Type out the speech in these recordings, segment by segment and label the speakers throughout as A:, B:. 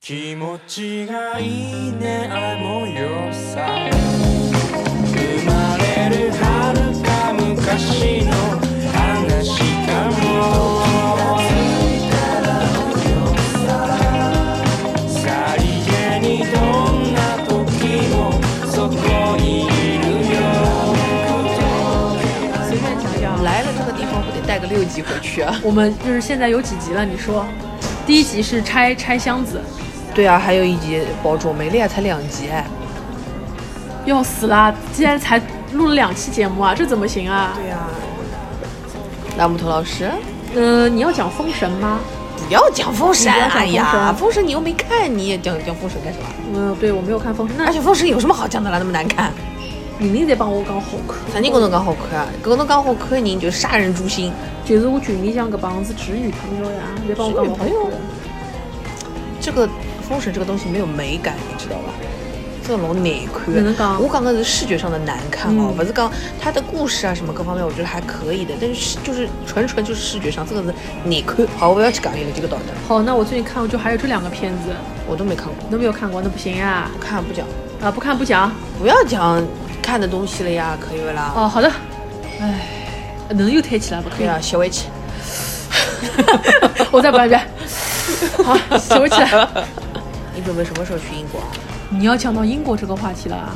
A: 気持ちがいいね愛もよさ生まれる遥か昔の話かもさりげにどんな時もそこにいるよ
B: 随便讲讲。
C: 来了这个地方不得带个六级回去啊？
B: 我们就是现在有几集了？你说，第一集是拆拆箱子，
C: 对啊，还有一集保住梅利亚才两级哎。
B: 要死啦！竟然才录了两期节目啊，这怎么行啊？
C: 对啊。那木头老师，
B: 呃，你要讲封神吗？
C: 不要讲封神，
B: 你不要讲
C: 哎呀，
B: 封神
C: 封神你又没看，你也讲讲封神干什么？
B: 嗯、对我没有看封神，那
C: 而且封神有什么好讲的啦？那么难看，
B: 玲玲在帮我讲好看。
C: 啥人觉得讲好看啊？觉得讲好看的人就是杀人诛心。
B: 就是我群里向搿帮子侄女朋友呀，在帮我讲好
C: 侄女朋友。
B: 看
C: 这个封神这个东西没有美感，你知道吧？这个老难看。
B: 哪能讲
C: 我讲的是视觉上的难看哦，
B: 嗯
C: 不是讲它的故事啊什么各方面，我觉得还可以的，但是就是纯纯就是视觉上这个是难看。好，我不要去讲你了，这个道理，
B: 好，那我最近看过就还有这两个片子，
C: 我都没看过，
B: 你都没有看过，那不行啊！
C: 不看不讲，
B: 啊，不看不讲。
C: 不要讲看的东西了呀，可以不啦？
B: 哦，好的。唉，能又推起来不可
C: 对
B: 以？
C: 啊，小围棋，
B: 我再不来一遍。好，收起来。
C: 你准备什么时候去英国啊？
B: 你要讲到英国这个话题了啊？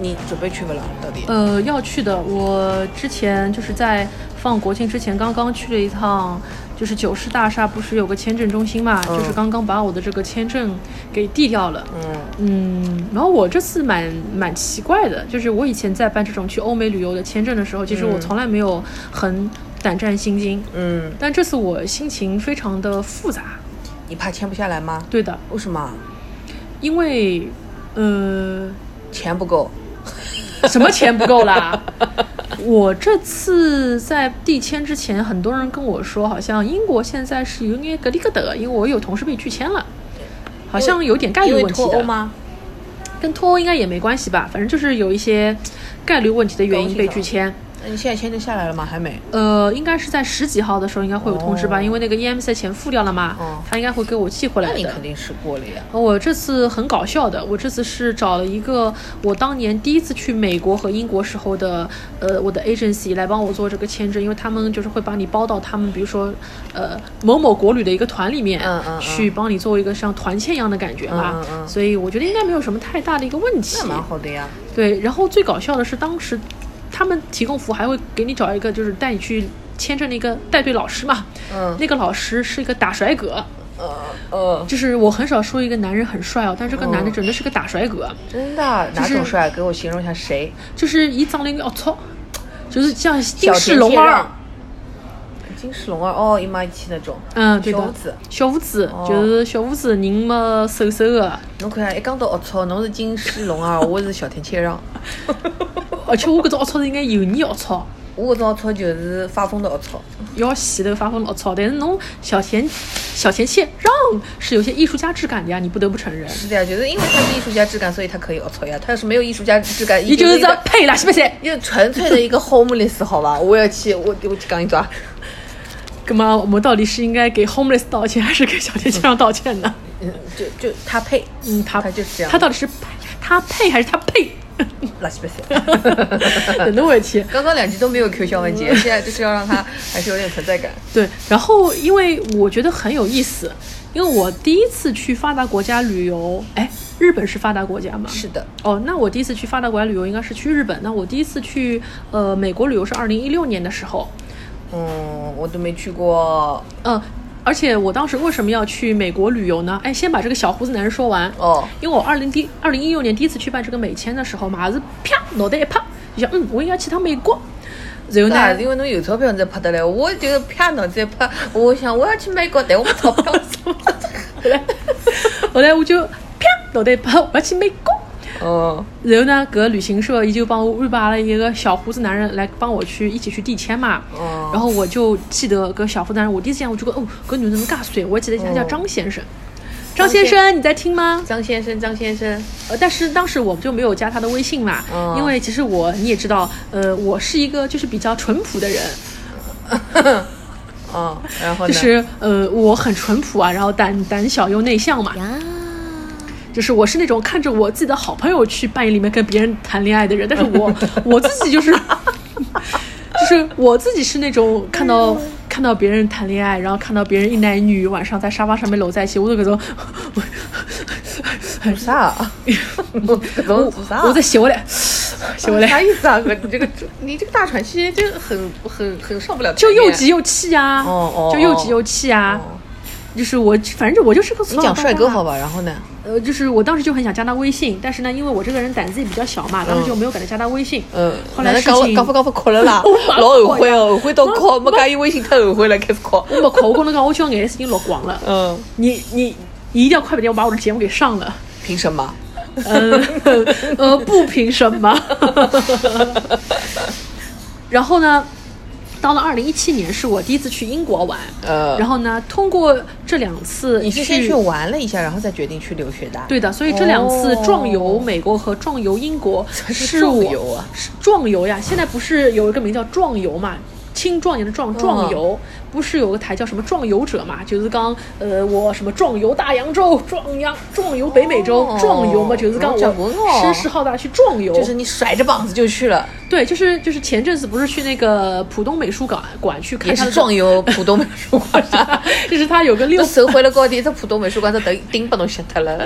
C: 你准备去不啦？到底？
B: 呃，要去的。我之前就是在放国庆之前，刚刚去了一趟，就是九世大厦不是有个签证中心嘛，
C: 嗯
B: 就是刚刚把我的这个签证给递掉了。
C: 嗯，
B: 嗯，然后我这次蛮蛮奇怪的，就是我以前在办这种去欧美旅游的签证的时候，其实我从来没有很胆战心惊，
C: 嗯，
B: 但这次我心情非常的复杂。
C: 你怕签不下来吗？
B: 对的，
C: 为什么？
B: 因为呃，
C: 钱不够。
B: 什么钱不够 啦？我这次在递签之前，很多人跟我说，好像英国现在是有点格里格的，因为我有同事被拒签了，好像有点概率
C: 因为
B: 问题
C: 脱
B: 的
C: 欧。吗？
B: 跟脱欧应该也没关系吧，反正就是有一些概率问题的原因被拒签。
C: 那你现在签证下来了吗？还没。
B: 呃，应该是在十几号的时候应该会有通知吧，
C: 哦
B: 因为那个 E EMC 的钱付掉了嘛，
C: 哦
B: 他应该会给我寄回来
C: 那你
B: 的
C: 肯。定是过了呀。
B: 呃我这次很搞笑的，我这次是找了一个我当年第一次去美国和英国时候的，呃，我的 agency 来帮我做这个签证，因为他们就是会把你包到他们，比如说，呃，某某国旅的一个团里面，
C: 嗯嗯嗯
B: 去帮你做一个像团签一样的感觉嘛，
C: 嗯嗯嗯
B: 所以我觉得应该没有什么太大的一个问题。
C: 那蛮好的呀。
B: 对，然后最搞笑的是，当时他们提供服务还会给你找一个就是带你去签证的一个带队老师嘛。
C: 嗯
B: 那个老师是一个打甩哥，
C: 呃呃，
B: 就是我很少说一个男人很帅哦，但这个男的
C: 嗯
B: 真的是个打甩哥，
C: 真的，哪
B: 就
C: 种
B: 是
C: 帅？给我形容一下谁？
B: 就是一张脸，哦操，就是像
C: 小
B: 丁
C: 田
B: 世龙
C: 切
B: 二
C: 让。。金世龙二哦，一米一七那种。
B: 嗯，对
C: 小
B: 的
C: 胡子，，
B: 小胡子
C: 哦
B: 就是小胡子，人嘛瘦瘦的，
C: 侬看啊，一讲到我操，侬是金世龙 二，我是小田切让。
B: 而且我搿种龌龊是应该油腻龌龊，
C: 我搿种龌龊就是发疯的龌龊，
B: 要洗头发疯龌龊。但是侬小田小田切让是有些艺术家质感的呀，你不得不承认。
C: 是的呀，就是因为他是艺术家质感，所以他可以龌龊呀。他要是没有艺术家质感，
B: 你
C: 一定
B: 就是
C: 一个
B: 张配啦，是不是？
C: 一个纯粹的一个 homeless 好吧？ 我要去，我我去讲一抓。
B: 那么我们到底是应该给 homeless 道歉，还是给小田切让道歉呢？
C: 嗯，就就他配，
B: 嗯，他
C: 他就是这样
B: 他到底是配他配还是他 配？
C: 垃圾不 塞。
B: 很多问题。
C: 刚刚两集都没有 Q 肖文 杰，现在就是要让他还是有点存在感。
B: 对，然后因为我觉得很有意思，因为我第一次去发达国家旅游，哎，日本是发达国家吗？
C: 是的，
B: 哦，那我第一次去发达国家旅游应该是去日本。那我第一次去呃美国旅游是二零一六年的时候，
C: 嗯，我都没去过
B: 嗯，而且我当时为什么要去美国旅游呢？哎，先把这个小胡子男人说完。
C: 哦。
B: 因为我二零第二零一六年第一次去办这个美签的时候嘛，也是啪脑袋一拍，就想嗯，我应该去趟美国。然后
C: 那是
B: 呢，
C: 因为侬有钞票你才拍得来，我就是啪脑子一拍，我想我要去美国，但我没钞 票。
B: 后来我就啪脑袋一拍，我要去美国。
C: 哦，
B: 然后呢，搿旅行社伊就帮我安排了一个小胡子男人来帮我去一起去递签嘛。
C: 哦
B: 然后我就记得搿小胡子男人，我第一次见我就觉得哦，搿女的怎么介帅？我还记得他叫
C: 哦
B: 张先生。张
C: 张
B: 先
C: 先
B: 生，你在听吗？
C: 张先生，张先生，
B: 呃，但是当时我们就没有加他的微信嘛，
C: 嗯
B: 因为其实我你也知道，呃，我是一个就是比较淳朴的人，
C: 哦，然后呢？哦
B: 就是呃我很淳朴啊，然后胆胆小又内向嘛。
C: 呀，
B: 就是我是那种看着我自己的好朋友去扮演里面跟别人谈恋爱的人，但是 我我自己就是 就是我自己是那种看到看到别人谈恋爱，然后看到别人一男一女晚上在沙发上面搂在一起，我都觉得 我
C: 做啥？
B: 我
C: 我
B: 我在写我俩，写我俩。
C: 啥意思啊？哥，你这个你这个大喘息就很很很上不了台
B: 就
C: 面。
B: 又急又气啊，
C: 哦哦
B: 就又急又气啊，就是我反正我就是个
C: 你
B: 怂。
C: 讲帅哥好吧？然后呢？
B: 呃，就是我当时就很想加他微信，但是呢，因为我这个人胆子也比较小嘛，当时就没有敢加他微信。
C: 嗯，
B: 后
C: 哪
B: 来
C: 能
B: 事
C: 讲
B: 情，
C: 讲不讲不哭了啦 老后悔哦，后悔到哭，没加伊微信太后悔了，开始哭。
B: 我没哭，我跟他讲，我就要眼泪已经落光了。
C: 嗯，
B: 你你你一定要快点把我的节目给上了。
C: 凭什么？
B: 嗯，呃，不凭什么。 然后呢，到了二零一七年，是我第一次去英国玩。
C: 呃，
B: 然后呢，通过这两次
C: 你是先去玩了一下，然后再决定去留学的。
B: 对的，所以这两次
C: 哦
B: 壮游美国和壮游 英国
C: 是
B: 是
C: 壮
B: 我
C: 游啊
B: 是壮游呀！现在不是有一个名叫壮游嘛？青壮年的
C: 嗯
B: 壮壮游，不是有个台叫什么壮游者嘛？就是刚呃，我什么壮游大洋洲，壮洋壮游北美洲，
C: 哦
B: 壮游嘛，就是刚
C: 我讲过
B: 我
C: 哦
B: 声势浩大去壮游，
C: 就是你甩着膀子就去了，
B: 对，就是就是前阵子不是去那个浦东美术馆馆去看
C: 也
B: 他
C: 是
B: 的
C: 壮，游浦东美术馆。
B: 就是他有个 六
C: 我手回了高点，这浦东美术馆这灯顶把侬熄掉 了。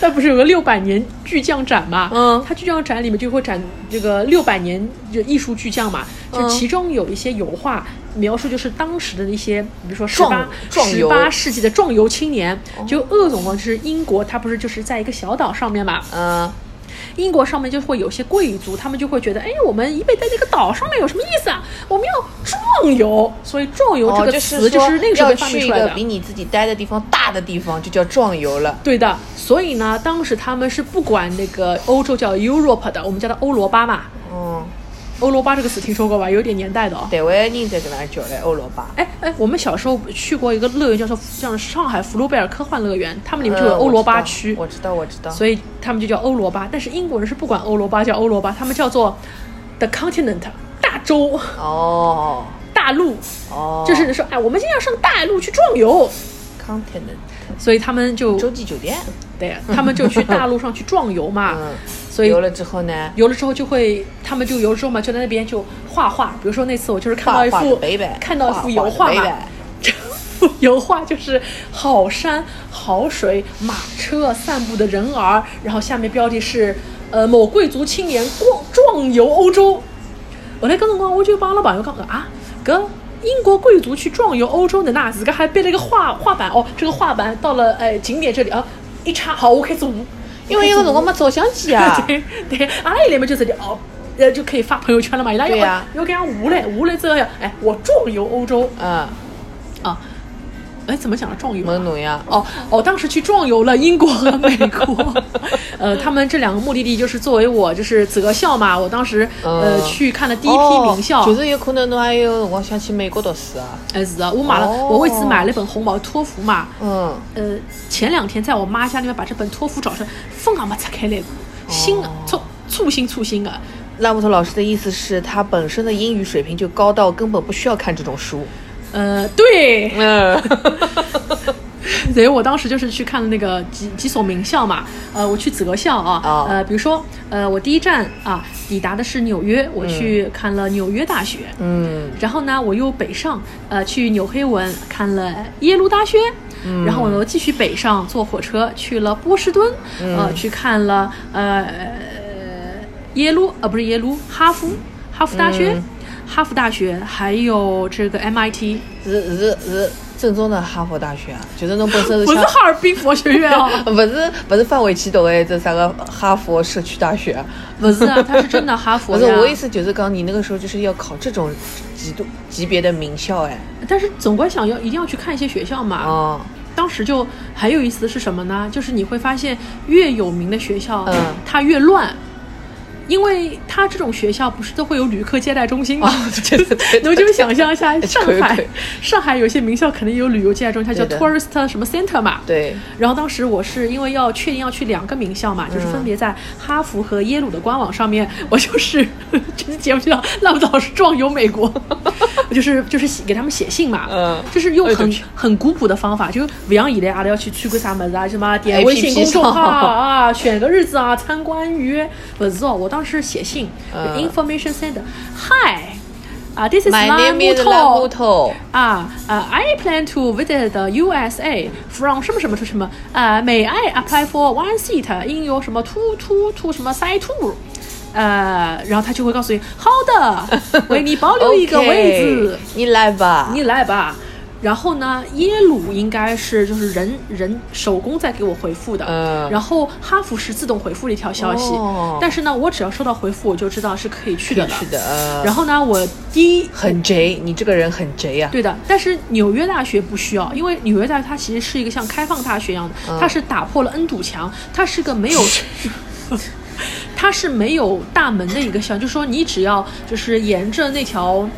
B: 那不是有个六百年巨匠展嘛？
C: 嗯
B: 它巨匠展里面就会展这个六百年就艺术巨匠嘛，就
C: 嗯
B: 其中有一些油画描述就是当时的一些，比如说十
C: 壮
B: 八
C: 壮
B: 十
C: 游哦
B: 八世纪的壮游青年。就鄂总呢，就是英国，它不是就是在一个小岛上面嘛？
C: 嗯，
B: 英国上面就会有些贵族，他们就会觉得，哎，我们一辈在这个岛上面有什么意思啊？我们要壮游，所以壮游这
C: 哦，
B: 个词
C: 就
B: 就是那个时候
C: 要
B: 被发
C: 去
B: 明
C: 一
B: 出来
C: 个
B: 的。
C: 比你自己待的地方大的地方，就叫壮游了。
B: 对的，所以呢，当时他们是不管那个欧洲叫 Europe 的，我们叫它欧罗巴嘛。
C: 嗯，
B: 欧罗巴这个词听说过吧？有点年代的哦。
C: 台湾人在搿能叫嘞，欧罗巴。
B: 哎哎，我们小时候去过一个乐园，叫做像上海福禄贝尔科幻乐园，他们里面就有
C: 嗯
B: 欧罗巴
C: 我知道
B: 区，
C: 我知道，我知道。
B: 所以他们就叫欧罗巴。但是英国人是不管欧罗巴叫欧罗巴，他们叫做 the continent 大洲
C: 哦
B: 大陆，
C: 哦，
B: 就是说哎，我们今天要上大陆去壮游，
C: continent
B: 所以他们就
C: 洲际酒店。
B: 对，他们就去 大陆上去壮游嘛。
C: 嗯，
B: 啊所以
C: 游了之后呢，
B: 游了之后就会，他们就游了之后嘛，就在那边就画画。比如说那次我就是看到一
C: 画画
B: 幅
C: 的北北
B: 看到一
C: 画
B: 幅
C: 画
B: 油
C: 的
B: 画
C: 北
B: 嘛，这幅 油画就是好山好水、马车、散步的人儿，然后下面标题是呃某贵族青年逛壮游欧洲。后来搿辰光我就帮阿拉朋友讲啊，搿英国贵族去壮游欧洲的呐，自个还背了一个画画板哦，这个画板到了哎景点这里啊，一插好我可以走，。
C: 因为有辰光没照相机啊
B: 对对，阿拉一来嘛就直接哦，呃就可以发朋友圈了嘛，伊拉
C: 对啊
B: 要
C: 呀
B: 要搿样无嘞，无嘞之后要哎，我壮游欧洲
C: 嗯，
B: 啊，哎怎么讲壮游啊？
C: 没侬呀。
B: 哦哦，当时去壮游了英国和美国， 呃，他们这两个目的地就是作为我就是择校嘛，我当时呃
C: 嗯
B: 去看了第一批名校，
C: 哦就是有可能侬还有辰光想去美国读书啊。
B: 哎是的，我买了，
C: 哦
B: 我为此买了一本红毛托福嘛，
C: 嗯，
B: 呃，前两天在我妈家里面把这本托福找出来，疯也没拆开来过，心
C: 哦
B: 啊促促心促心的、
C: 拉木头老师的意思是他本身的英语水平就高到根本不需要看这种书。
B: 呃，对，
C: 嗯，
B: 所以我当时就是去看了那个几几所名校嘛，呃，我去择校啊，
C: 哦
B: 呃，比如说，呃，我第一站啊抵达的是纽约，我去看了纽约大学，
C: 嗯，
B: 然后呢，我又北上，呃，去纽黑文看了耶鲁大学，
C: 嗯
B: 然后我又继续北上坐火车去了波士顿，
C: 嗯
B: 呃，去看了呃耶鲁呃不是耶鲁哈佛哈佛大学。
C: 嗯
B: 哈佛大学还有这个 MIT，
C: 是是是正宗的哈佛大学啊，就是侬本身是
B: 不是
C: 想。
B: 哈尔滨佛学院哦，
C: 不是不是范玮琪读的这啥个哈佛社区大学啊，
B: 不是啊，他是真的哈佛
C: 不
B: 呀。
C: 是我意思就是讲你那个时候就是要考这种级度级别的名校哎，
B: 但是总归想要一定要去看一些学校嘛。
C: 哦，
B: 当时就很有意思的是什么呢？就是你会发现越有名的学校，
C: 嗯
B: 它越乱。因为他这种学校不是都会有旅客接待中心吗？
C: 哦对对对 对
B: 你们就想象一下，
C: 对
B: 上
C: 对对
B: 海上海有些名校肯定有旅游接待中心，它叫
C: 对的
B: tourist 什么 center 嘛。
C: 对，
B: 然后当时我是因为要确定要去两个名校嘛，就是
C: 嗯
B: 分别在哈佛和耶鲁的官网上面，我就是 这期节目就叫“浪子老师壮游美国”， 我就是就是写给他们写信嘛，
C: 嗯
B: 就是用
C: 哎对
B: 很
C: 不起
B: 很古朴的方法，就是不要以类阿拉要去去个啥么子
C: 哎
B: 啊，就嘛点
C: APP
B: 微信公众号
C: 上
B: 啊，选个日子啊，参观预约，不是哦，我当时写信、
C: 嗯
B: i n f o r m a t i o n Center，Hi。啊、t h i s is
C: My name is
B: Muto
C: Lamuto。
B: 啊啊，I plan to visit the USA from 什么什么什么呃，May I apply for one seat in your 什么 two two two 什么 side two？呃，然后他就会告诉你，好 的，为你保留一个位置
C: OK，你来吧。
B: 你来吧。然后呢，耶鲁应该是就是人人手工在给我回复的，
C: 嗯
B: 然后哈佛是自动回复的一条消息，
C: 哦
B: 但是呢，我只要收到回复，我就知道是可以去的了。
C: 是的，呃
B: 然后呢，我第一
C: 很贼，你这个人很贼啊。
B: 对的，但是纽约大学不需要，因为纽约大学它其实是一个像开放大学一样的，它是打破了 N 堵墙，它是个没 有。它是没有大门的一个校，就是说你只要就是沿着那条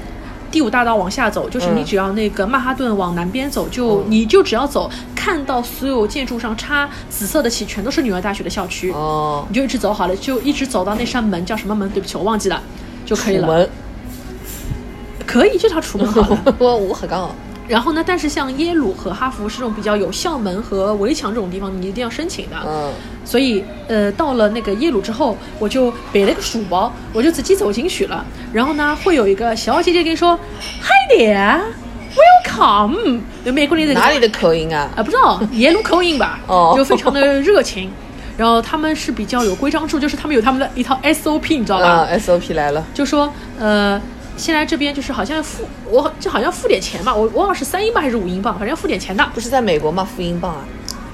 B: 第五大道往下走，就是你
C: 嗯
B: 只要那个曼哈顿往南边走，就、你就只要走，看到所有建筑上插紫色的旗，全都是纽约大学的校区，
C: 哦，
B: 你就一直走好了，就一直走到那扇门叫什么门？对不起，我忘记了，就可以
C: 楚
B: 了。
C: 门，
B: 可以，就叫楚门 好了。
C: 我我很刚啊好。
B: 然后呢，但是像耶鲁和哈佛是这种比较有校门和围墙这种地方，你一定要申请的。
C: 嗯，
B: 所以，呃，到了那个耶鲁之后，我就背了个书包，我就直接走进去了。然后呢，会有一个小姐姐跟你说：“Hi there，welcome。”有美国人在
C: 哪里的口音啊？
B: 啊，不知道耶鲁口音吧，
C: 哦
B: 就非常的热情。然后他们是比较有规章制度，就是他们有他们的一套 SOP，你知道吧？
C: 啊，SOP 来了。
B: 就说呃，先来这边就是好像付我就好像付点钱嘛，我我忘了是三英镑还是五英镑，反正要付点钱的。
C: 不是在美国吗？付英镑啊。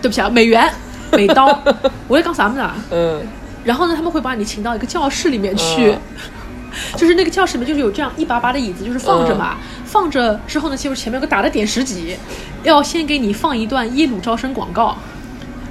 B: 对不起啊，美元、美刀， 我在讲啥么子啊？
C: 嗯，
B: 然后呢，他们会把你请到一个教室里面去。
C: 嗯
B: 就是那个教室里面就是有这样一把把的椅子，就是放着嘛，
C: 嗯
B: 放着之后呢，就是前面有个打的点十几，要先给你放一段耶鲁招生广告，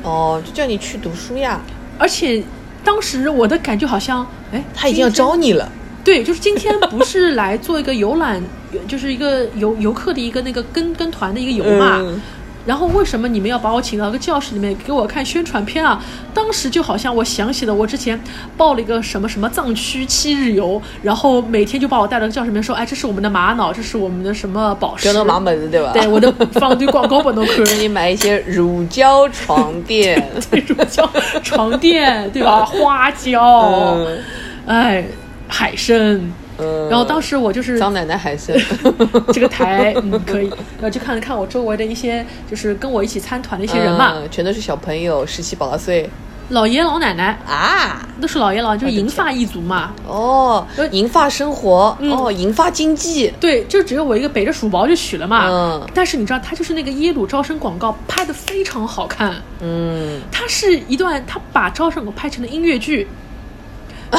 C: 哦，就叫你去读书呀。
B: 而且当时我的感觉好像，哎，
C: 他已经要
B: 今天
C: 招你了。
B: 对，就是今天不是来做一个游览，就是一个游游客的一个那个跟跟团的一个游嘛。
C: 嗯
B: 然后为什么你们要把我请到一个教室里面给我看宣传片啊？当时就好像我想起了我之前报了一个什么什么藏区七日游，然后每天就把我带到教室里面说，哎，这是我们的玛瑙，这是我们的什么宝石
C: 就。能忙本子对吧？
B: 对，我的放对广告本都可以
C: 给。你买一些乳胶床 垫。
B: 乳胶床垫，对吧？花椒，
C: 嗯
B: 哎，海参。
C: 嗯
B: 然后当时我就是
C: 张奶奶还 是
B: 这个台，嗯，可以。然后就看了看我周围的一些，就是跟我一起参团的一些人嘛，
C: 嗯全都是小朋友，十七八岁
B: 老爷老奶奶
C: 啊。
B: 都是老爷老，就是银发一族嘛。
C: 哦
B: 呃，
C: 银发生活，
B: 嗯
C: 哦，银发经济，
B: 对，就只有我一个背着鼠毛就许了嘛。
C: 嗯
B: 但是你知道，他就是那个耶鲁招生广告拍的非常好看，
C: 嗯，
B: 它是一段他把招生广告拍成了音 乐剧，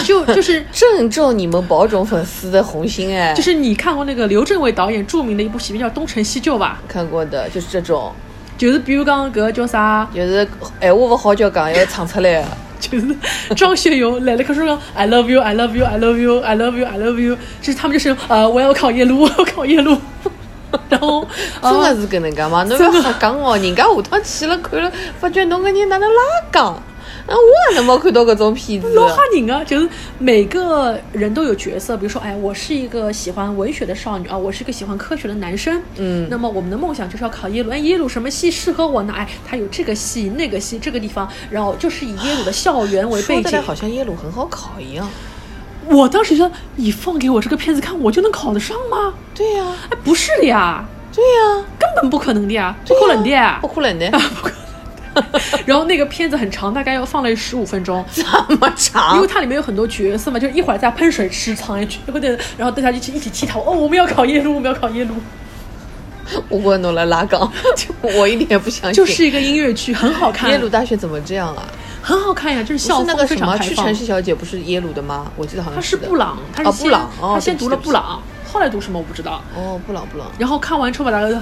B: 就就是
C: 正中你们宝冢粉丝的红心哎，
B: 就是你看过那个刘镇伟导演著名的一部喜片叫《东成西就》吧？
C: 看过的，就是这种，
B: 就是比如讲搿叫啥，
C: 就是闲话不好叫讲，要唱出来，
B: 就是张学友来了，可是讲 I love you, I love you, I love you, I love you, I love you，就是他们就是呃，我要考耶鲁，我要考耶鲁， 然后
C: 真
B: 呃
C: 的是搿能介吗？侬不要瞎讲哦，人家下趟去了看了，发觉侬搿人哪能拉讲？啊，我哪能没看到搿种片子？
B: 老吓人啊！就是每个人都有角色，比如说，哎，我是一个喜欢文学的少女啊，我是一个喜欢科学的男生。
C: 嗯
B: 那么我们的梦想就是要考耶鲁。哎，耶鲁什么系适合我呢？哎，它有这个系、那个系、这个地方，然后就是以耶鲁的校园为
C: 说
B: 背
C: 的来
B: 景。
C: 好像耶鲁很好考一样。
B: 我当时觉得，你放给我这个片子看，我就能考得上吗？
C: 对呀、
B: 哎，不是的呀，
C: 对呀、
B: 根本不可能的呀，
C: 啊
B: 不可能的呀
C: 不。哭了 呢？
B: 然后那个片子很长，大概要放了十五分钟，
C: 这么
B: 因
C: 长
B: 为？它里面有很多角色嘛，就是一会儿在喷水池藏一会儿，然后大家就一起乞讨，哦，我们要考耶鲁，我们要考耶鲁，
C: 我管侬来拉杠， 我一点也不相信。
B: 就是一个音乐剧，很好看，
C: 耶鲁大学怎么这样啊？
B: 很好看呀，就
C: 不
B: 是校
C: 是那
B: 风
C: 个
B: 非
C: 什
B: 常
C: 么
B: 开
C: 屈
B: 放
C: 臣。氏小姐不是耶鲁的吗？我记得好像
B: 他是
C: 的
B: 布朗，他是
C: 哦
B: 先
C: 布朗哦
B: 他先
C: 对不起
B: 读了
C: 对不
B: 布
C: 起
B: 朗，后来读什么我不知道。
C: 哦，布朗布朗。
B: 然后看完之后吧，大家就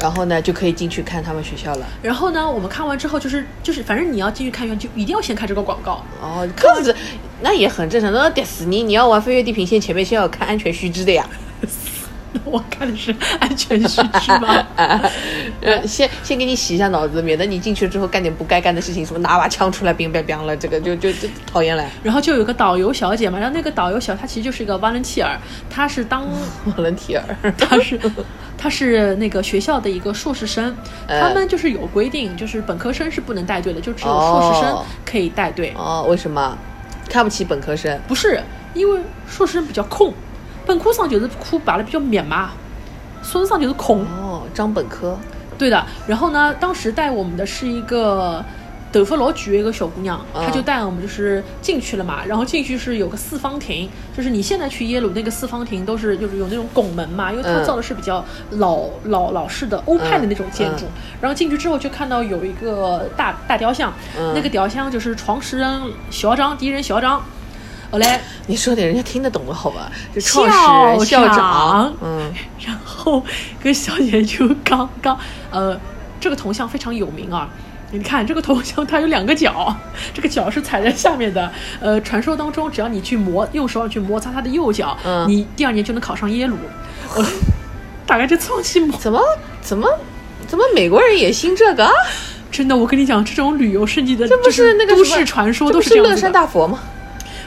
C: 然后呢就可以进去看他们学校了。
B: 然后呢，我们看完之后就是就是，反正你要进去看一下，就一定要先看这个广告。
C: 哦，可是那也很正常。那迪士尼你要玩飞越地平线，前面先要看安全须知的呀。
B: 我看的是安全须知吗？
C: 呃，先先给你洗一下脑子，免得你进去之后干点不该干的事情，什么拿把枪出来，冰冰冰了，这个就就就讨 厌了。
B: 然后就有个导游小姐嘛，然后那个导游小她其实就是一个 volunteer，她是当
C: 我能提尔。
B: 她是她是那个学校的一个硕士生，
C: 哎
B: 他们就是有规定，就是本科生是不能带队的，就只有硕士生
C: 哦
B: 可以带队。
C: 哦，为什么看不起本科生？
B: 不是因为硕士生比较空，本科生就是苦摆了比较密嘛，硕士生就是空。
C: 哦，张本科。
B: 对的，然后呢，当时带我们的是一个头发老卷的一个小姑娘，
C: 嗯
B: 她就带我们就是进去了嘛，然后进去是有个四方亭，就是你现在去耶鲁那个四方亭都是就是有那种拱门嘛，因为它
C: 嗯
B: 造的是比较老、老老式的欧派的那种建
C: 嗯
B: 筑，然后进去之后就看到有一个大大雕像，
C: 嗯
B: 那个雕像就是创始人小张，第一人小张。后来，
C: 你说点人家听得懂的好吧？就创始人、
B: 校
C: 校
B: 长
C: 长，嗯，
B: 然后跟小姐就刚刚，呃，这个铜像非常有名啊。你看这个铜像，它有两个角，这个角是踩在下面的。呃，传说当中，只要你去磨，用手去摩擦它的右脚，
C: 嗯
B: 你第二年就能考上耶鲁。我 大概就凑齐摩。
C: 怎么怎么怎么美国人也信这个啊？
B: 真的，我跟你讲，这种旅游胜地的，
C: 这不
B: 就是
C: 那个
B: 都
C: 什么
B: 市传说，
C: 这
B: 都
C: 不
B: 这
C: 是
B: 样
C: 乐
B: 子
C: 山
B: 的。
C: 大佛吗？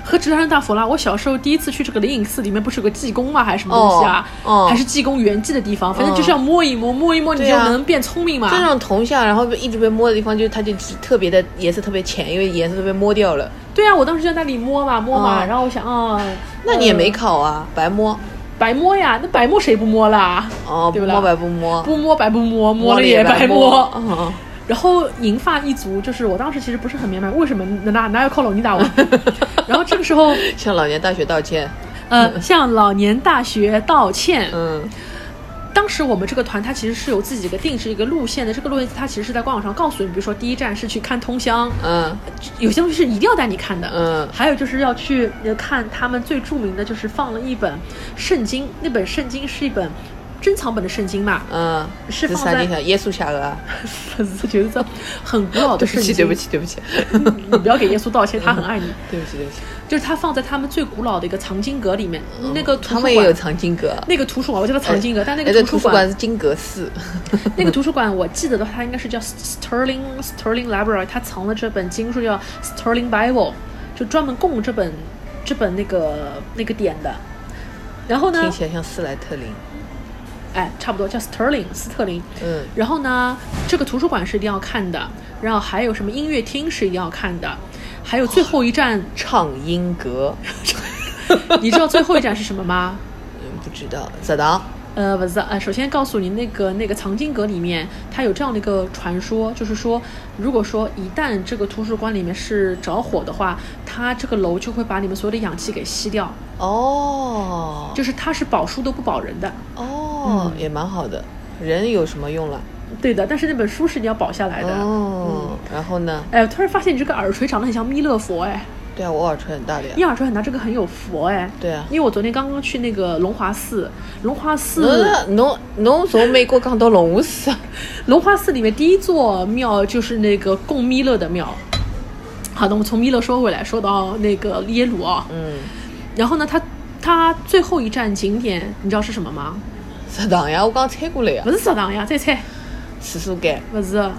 B: 和直达山大佛啦，我小时候第一次去这个灵隐寺，里面不是有个济公吗？还是什么东西啊？
C: 哦哦
B: 还是济公圆寂的地方，反正
C: 嗯
B: 就是要摸一摸，摸一摸你
C: 对
B: 就
C: 啊
B: 能变聪明嘛。
C: 就那种铜像，然后一直被摸的地方，就它就特别的颜色特别浅，因为颜色都被摸掉了。
B: 对啊，我当时就在那里摸嘛摸嘛，
C: 嗯
B: 然后我想啊，
C: 那你也没
B: 呃
C: 考啊，白摸
B: 白摸呀，那白摸谁不摸啦？
C: 哦，
B: 对
C: 不
B: 不啦
C: 摸白不摸，
B: 不摸白不摸，
C: 摸
B: 摸了
C: 了
B: 也
C: 白
B: 摸。
C: 嗯，
B: 然后银发一族，就是我当时其实不是很明白为什么哪哪有靠拢你 打我。然后这个时候，
C: 向老年大学道歉。
B: 呃，向老年大学道歉。
C: 嗯
B: 当时我们这个团它其实是有自己的定制一个路线的，这个路线它其实是在官网上告诉你，比如说第一站是去看通宵，
C: 嗯
B: 有些东西是一定要带你看的。
C: 嗯
B: 还有就是要去呃看他们最著名的，就是放了一本圣经，那本圣经是一本珍藏本的圣经 嘛，
C: 嗯，
B: 是
C: 十
B: 放
C: 三
B: 在
C: 金条，耶稣下颚啊。
B: 觉得很古老的
C: 对不
B: 圣
C: 起
B: 经。
C: 对不，起对不起
B: 你不要给耶稣道歉，他很 爱你。
C: 对不起对不起，
B: 就是他放在他们最古老的一个藏经阁里面，那个图
C: 嗯他
B: 书
C: 们也有
B: 馆。
C: 藏经阁。
B: 那个图书馆，我叫它藏经阁，但那
C: 哎
B: 个
C: 对
B: 图
C: 图
B: 书
C: 书
B: 馆
C: 馆，是金阁寺。
B: 那个图书馆，我记得的话，它应该是叫 Sterling Sterling Library，它藏了这本经书叫 Sterling Bible，就专门供这本这本那个那个典的。然后呢
C: 听，起来像斯莱特林。
B: 哎，差不多叫 Sterling 斯特林。
C: 嗯
B: 然后呢，这个图书馆是一定要看的，然后还有什么音乐厅是一定要看的，还有最后一站，
C: 唱音阁，
B: 你知道最后一站是什么吗？
C: 嗯，不知道咋的？
B: 呃，不是，呃，首先告诉你，那个那个藏经阁里面，它有这样的一个传说，就是说，如果说一旦这个图书馆里面是着火的话，它这个楼就会把你们所有的氧气给吸掉，
C: 哦，
B: 就是它是保书都不保人的。嗯
C: 哦，也蛮好的。人有什么用了？
B: 对的，但是那本书是你要保下来的。
C: 哦，然后呢？
B: 哎，我突然发现你这个耳垂长得很像弥勒佛，哎，
C: 对啊，我耳垂很大的呀
B: 你。耳垂很大，这个很有佛，哎。
C: 对啊
B: 因为我昨天刚刚去那个龙华寺，龙华寺，
C: 侬侬侬从美国讲到龙湖寺，
B: 龙华寺里面第一座庙就是那个供弥勒的庙。好的，我们从弥勒说回来，说到那个耶鲁啊，
C: 嗯，
B: 然后呢，它它最后一站景点你知道是什么吗？
C: 食堂呀，我刚猜过了呀
B: 不，是食堂呀，再猜，
C: 厕所间、
B: 不是，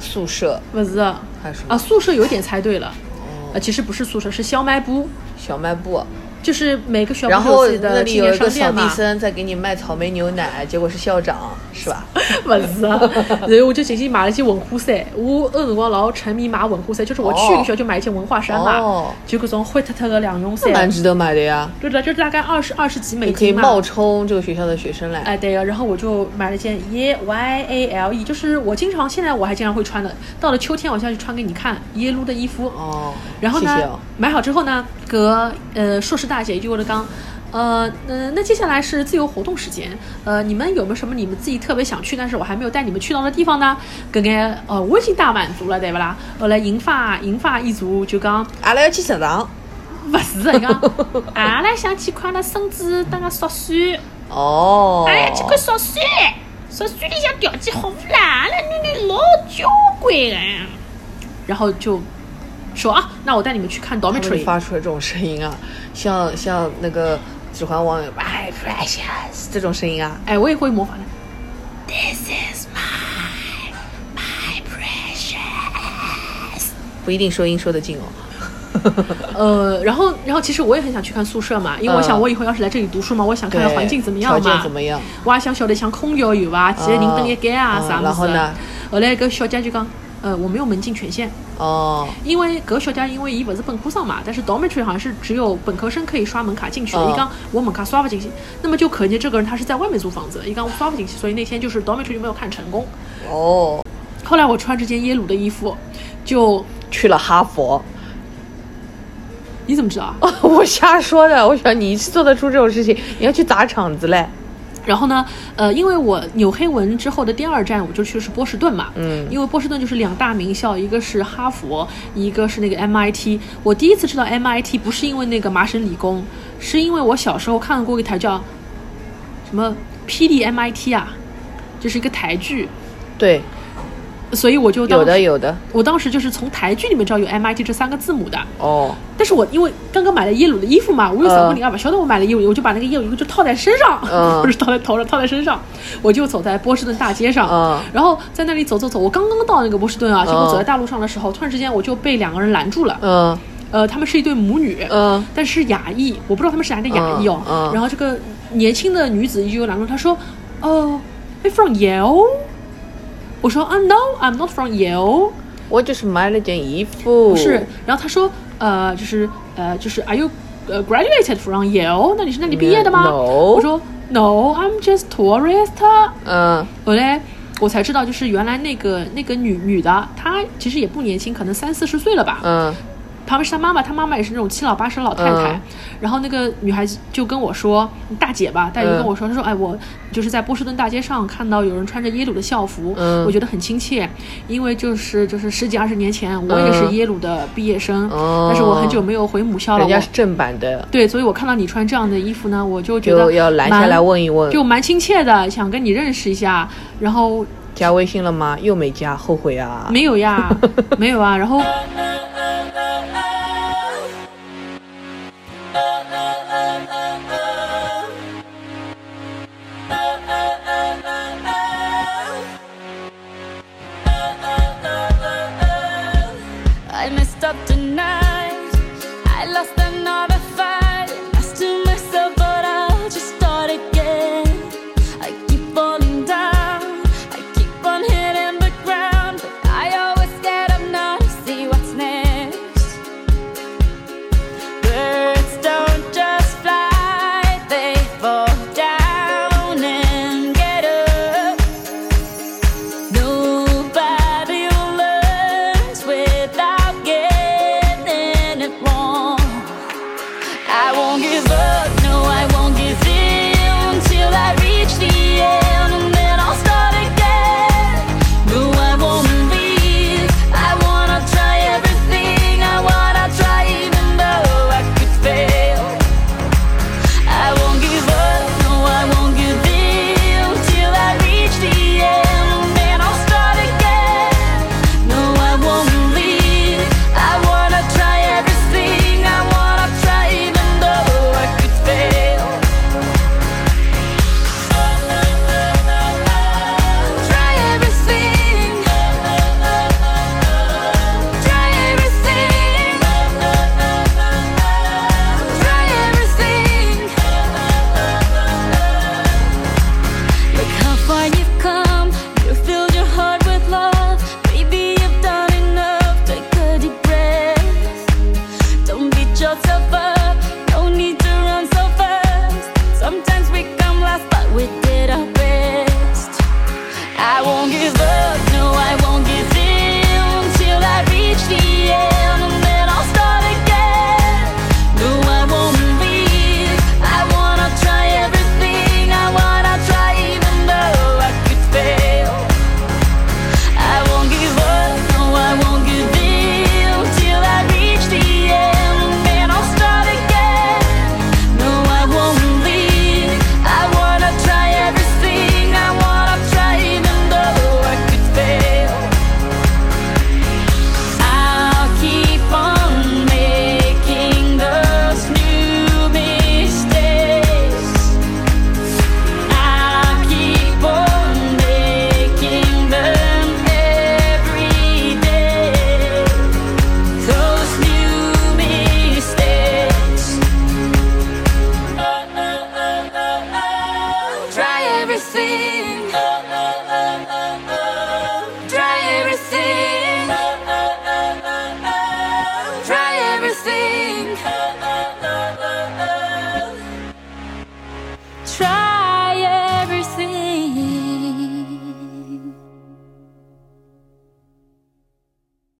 C: 宿舍
B: 不是，啊，
C: 还有什么？
B: 宿舍有点猜对了，
C: 哦
B: 呃，其实不是宿舍，是小卖部，
C: 小卖部，
B: 就是每个学校
C: 然
B: 不是有
C: 后
B: 自己
C: 那
B: 的
C: 里
B: 纪
C: 有
B: 念
C: 一个
B: 商
C: 扫
B: 店
C: 地
B: 嘛，
C: 僧在给你卖草莓牛奶，结果是校长，是 吧？
B: 不是，啊然后我就进去买了一件文化衫。我那辰光老沉迷买文化衫，就是我去
C: 哦
B: 学校就买一件文化衫嘛
C: 哦，
B: 就各种灰特特的两用
C: 那蛮
B: 衫，
C: 值得买的呀，
B: 对的，就是大概二十二十几美
C: 你可以
B: 金嘛。
C: 冒充这个学校的学生来。
B: 哎，对了，然后我就买了一件 Y Y A L E，就是我经常现在我还经常会穿的，到了秋天我下去穿给你看耶鲁的衣服。
C: 哦，
B: 然后呢，
C: 谢谢哦
B: 买好之后呢，隔呃硕士大姐一句我的刚，呃呃，那接下来是自由活动时间，呃，你们有没有什么你们自己特别想去，但是我还没有带你们去到的地方呢？搿眼呃，我已经大满足了，对不啦？后来银发银发一族就 讲，
C: 阿拉要去食堂。
B: 勿是啊的，伊讲，阿拉想去看阿拉孙子当个烧水，
C: 哦，
B: 哎呀，去看烧水，
D: 说山里向条件好不啦，阿拉囡囡老娇贵的呀。
B: 然后就说啊，那我带你们去看
C: 他们
B: dormitory。
C: 发出了这种声音啊，像像那个《指环王》有哎 precious 这种声音啊，
B: 哎，我也会模仿的。
D: This is my my precious。
C: 不一定收音收得进哦。
B: 呃，然后然后其实我也很想去看宿舍嘛，因为我想
C: 嗯
B: 我以后要是来这里读书嘛，我想看
C: 对，
B: 看环境怎么样嘛。
C: 条件怎么样？
B: 我也想晓得像空调有伐，几个人蹲一间啊
C: 嗯
B: 啥
C: 然
B: 物
C: 后
B: 事
C: 呢
B: 的。后来搿小姐就讲，呃，我没有门禁权限，
C: 哦，
B: 因为搿小姐因为伊勿是本科生嘛，但是 dormitory 好像是只有本科生可以刷门卡进去的。
C: 嗯
B: 伊讲我门卡刷不进去，那么就可见这个人他是在外面租房子的，伊讲我刷不进去，所以那天就是 dormitory 就没有看成功。
C: 哦，
B: 后来我穿这件耶鲁的衣服，就
C: 去了哈佛，
B: 你怎么知道啊？
C: 我瞎说的。我想你做得出这种事情，你要去砸场子嘞。
B: 然后呢，呃，因为我纽黑文之后的第二站我就去的是波士顿嘛，
C: 嗯
B: 因为波士顿就是两大名校，一个是哈佛，一个是那个 MIT。我第一次知道 MIT 不是因为那个麻省理工，是因为我小时候看过一台叫什么《霹雳 MIT》啊，就是一个台剧，
C: 对，
B: 所以我就当
C: 有的
B: 时
C: 有的。
B: 我当时就是从台剧里面知道有 MIT 这三个字母的，
C: 哦，
B: 但是我因为刚刚买了耶鲁的衣服嘛，我有扫过
C: 嗯
B: 你二吧，晓得我买了耶鲁，我就把那个耶鲁衣服就套在身上，
C: 嗯
B: 不是套在头上，套在身上，我就走在波士顿大街上，
C: 嗯
B: 然后在那里走走走，我刚刚到那个波士顿啊，结果
C: 嗯
B: 走在大路上的时候，突然之间我就被两个人拦住了，
C: 嗯
B: 呃，他们是一对母女，
C: 嗯，
B: 但是亚裔，我不知道他们是哪里的亚裔哦，
C: 嗯嗯
B: 然后这个年轻的女子就拦住，她说，哦、i m from Yale，我说啊、no，I'm not from Yale。
C: 我就是买了件衣服。
B: 不是，然后他说，呃，就是呃，就是 Are you 呃 graduated from Yale？那你是那里毕业的吗
C: No
B: 我说 No，I'm just tourist。
C: 嗯，
B: 后来我才知道，就是原来那个那个女女的，她其实也不年轻，可能三四十岁了吧。
C: 嗯
B: 旁边是她妈妈，她妈妈也是那种七老八十的老太太。
C: 嗯
B: 然后那个女孩子就跟我说，大姐吧，大姐就跟我说，她说，哎，我就是在波士顿大街上看到有人穿着耶鲁的校服，
C: 嗯
B: 我觉得很亲切，因为就是就是十几二十年前我也是耶鲁的毕业生，
C: 哦
B: 但是我很久没有回母校了，
C: 人家
B: 我
C: 是正版的，
B: 对，所以我看到你穿这样的衣服呢，我就觉
C: 就
B: 得
C: 要拦下来
B: 蛮
C: 问一问，
B: 就蛮亲切的，想跟你认识一下，然后
C: 加微信了吗？又没加，后悔啊！
B: 没 有呀，没有啊，然后
E: I messed up tonight. I lost another fight. Lost to myself, but I'll just start again. I keep falling down. I keep on hitting the ground, but I always get up now to see what's next. Birds don't just fly; they fall down and get up. Nobody learns without getting it wrong. try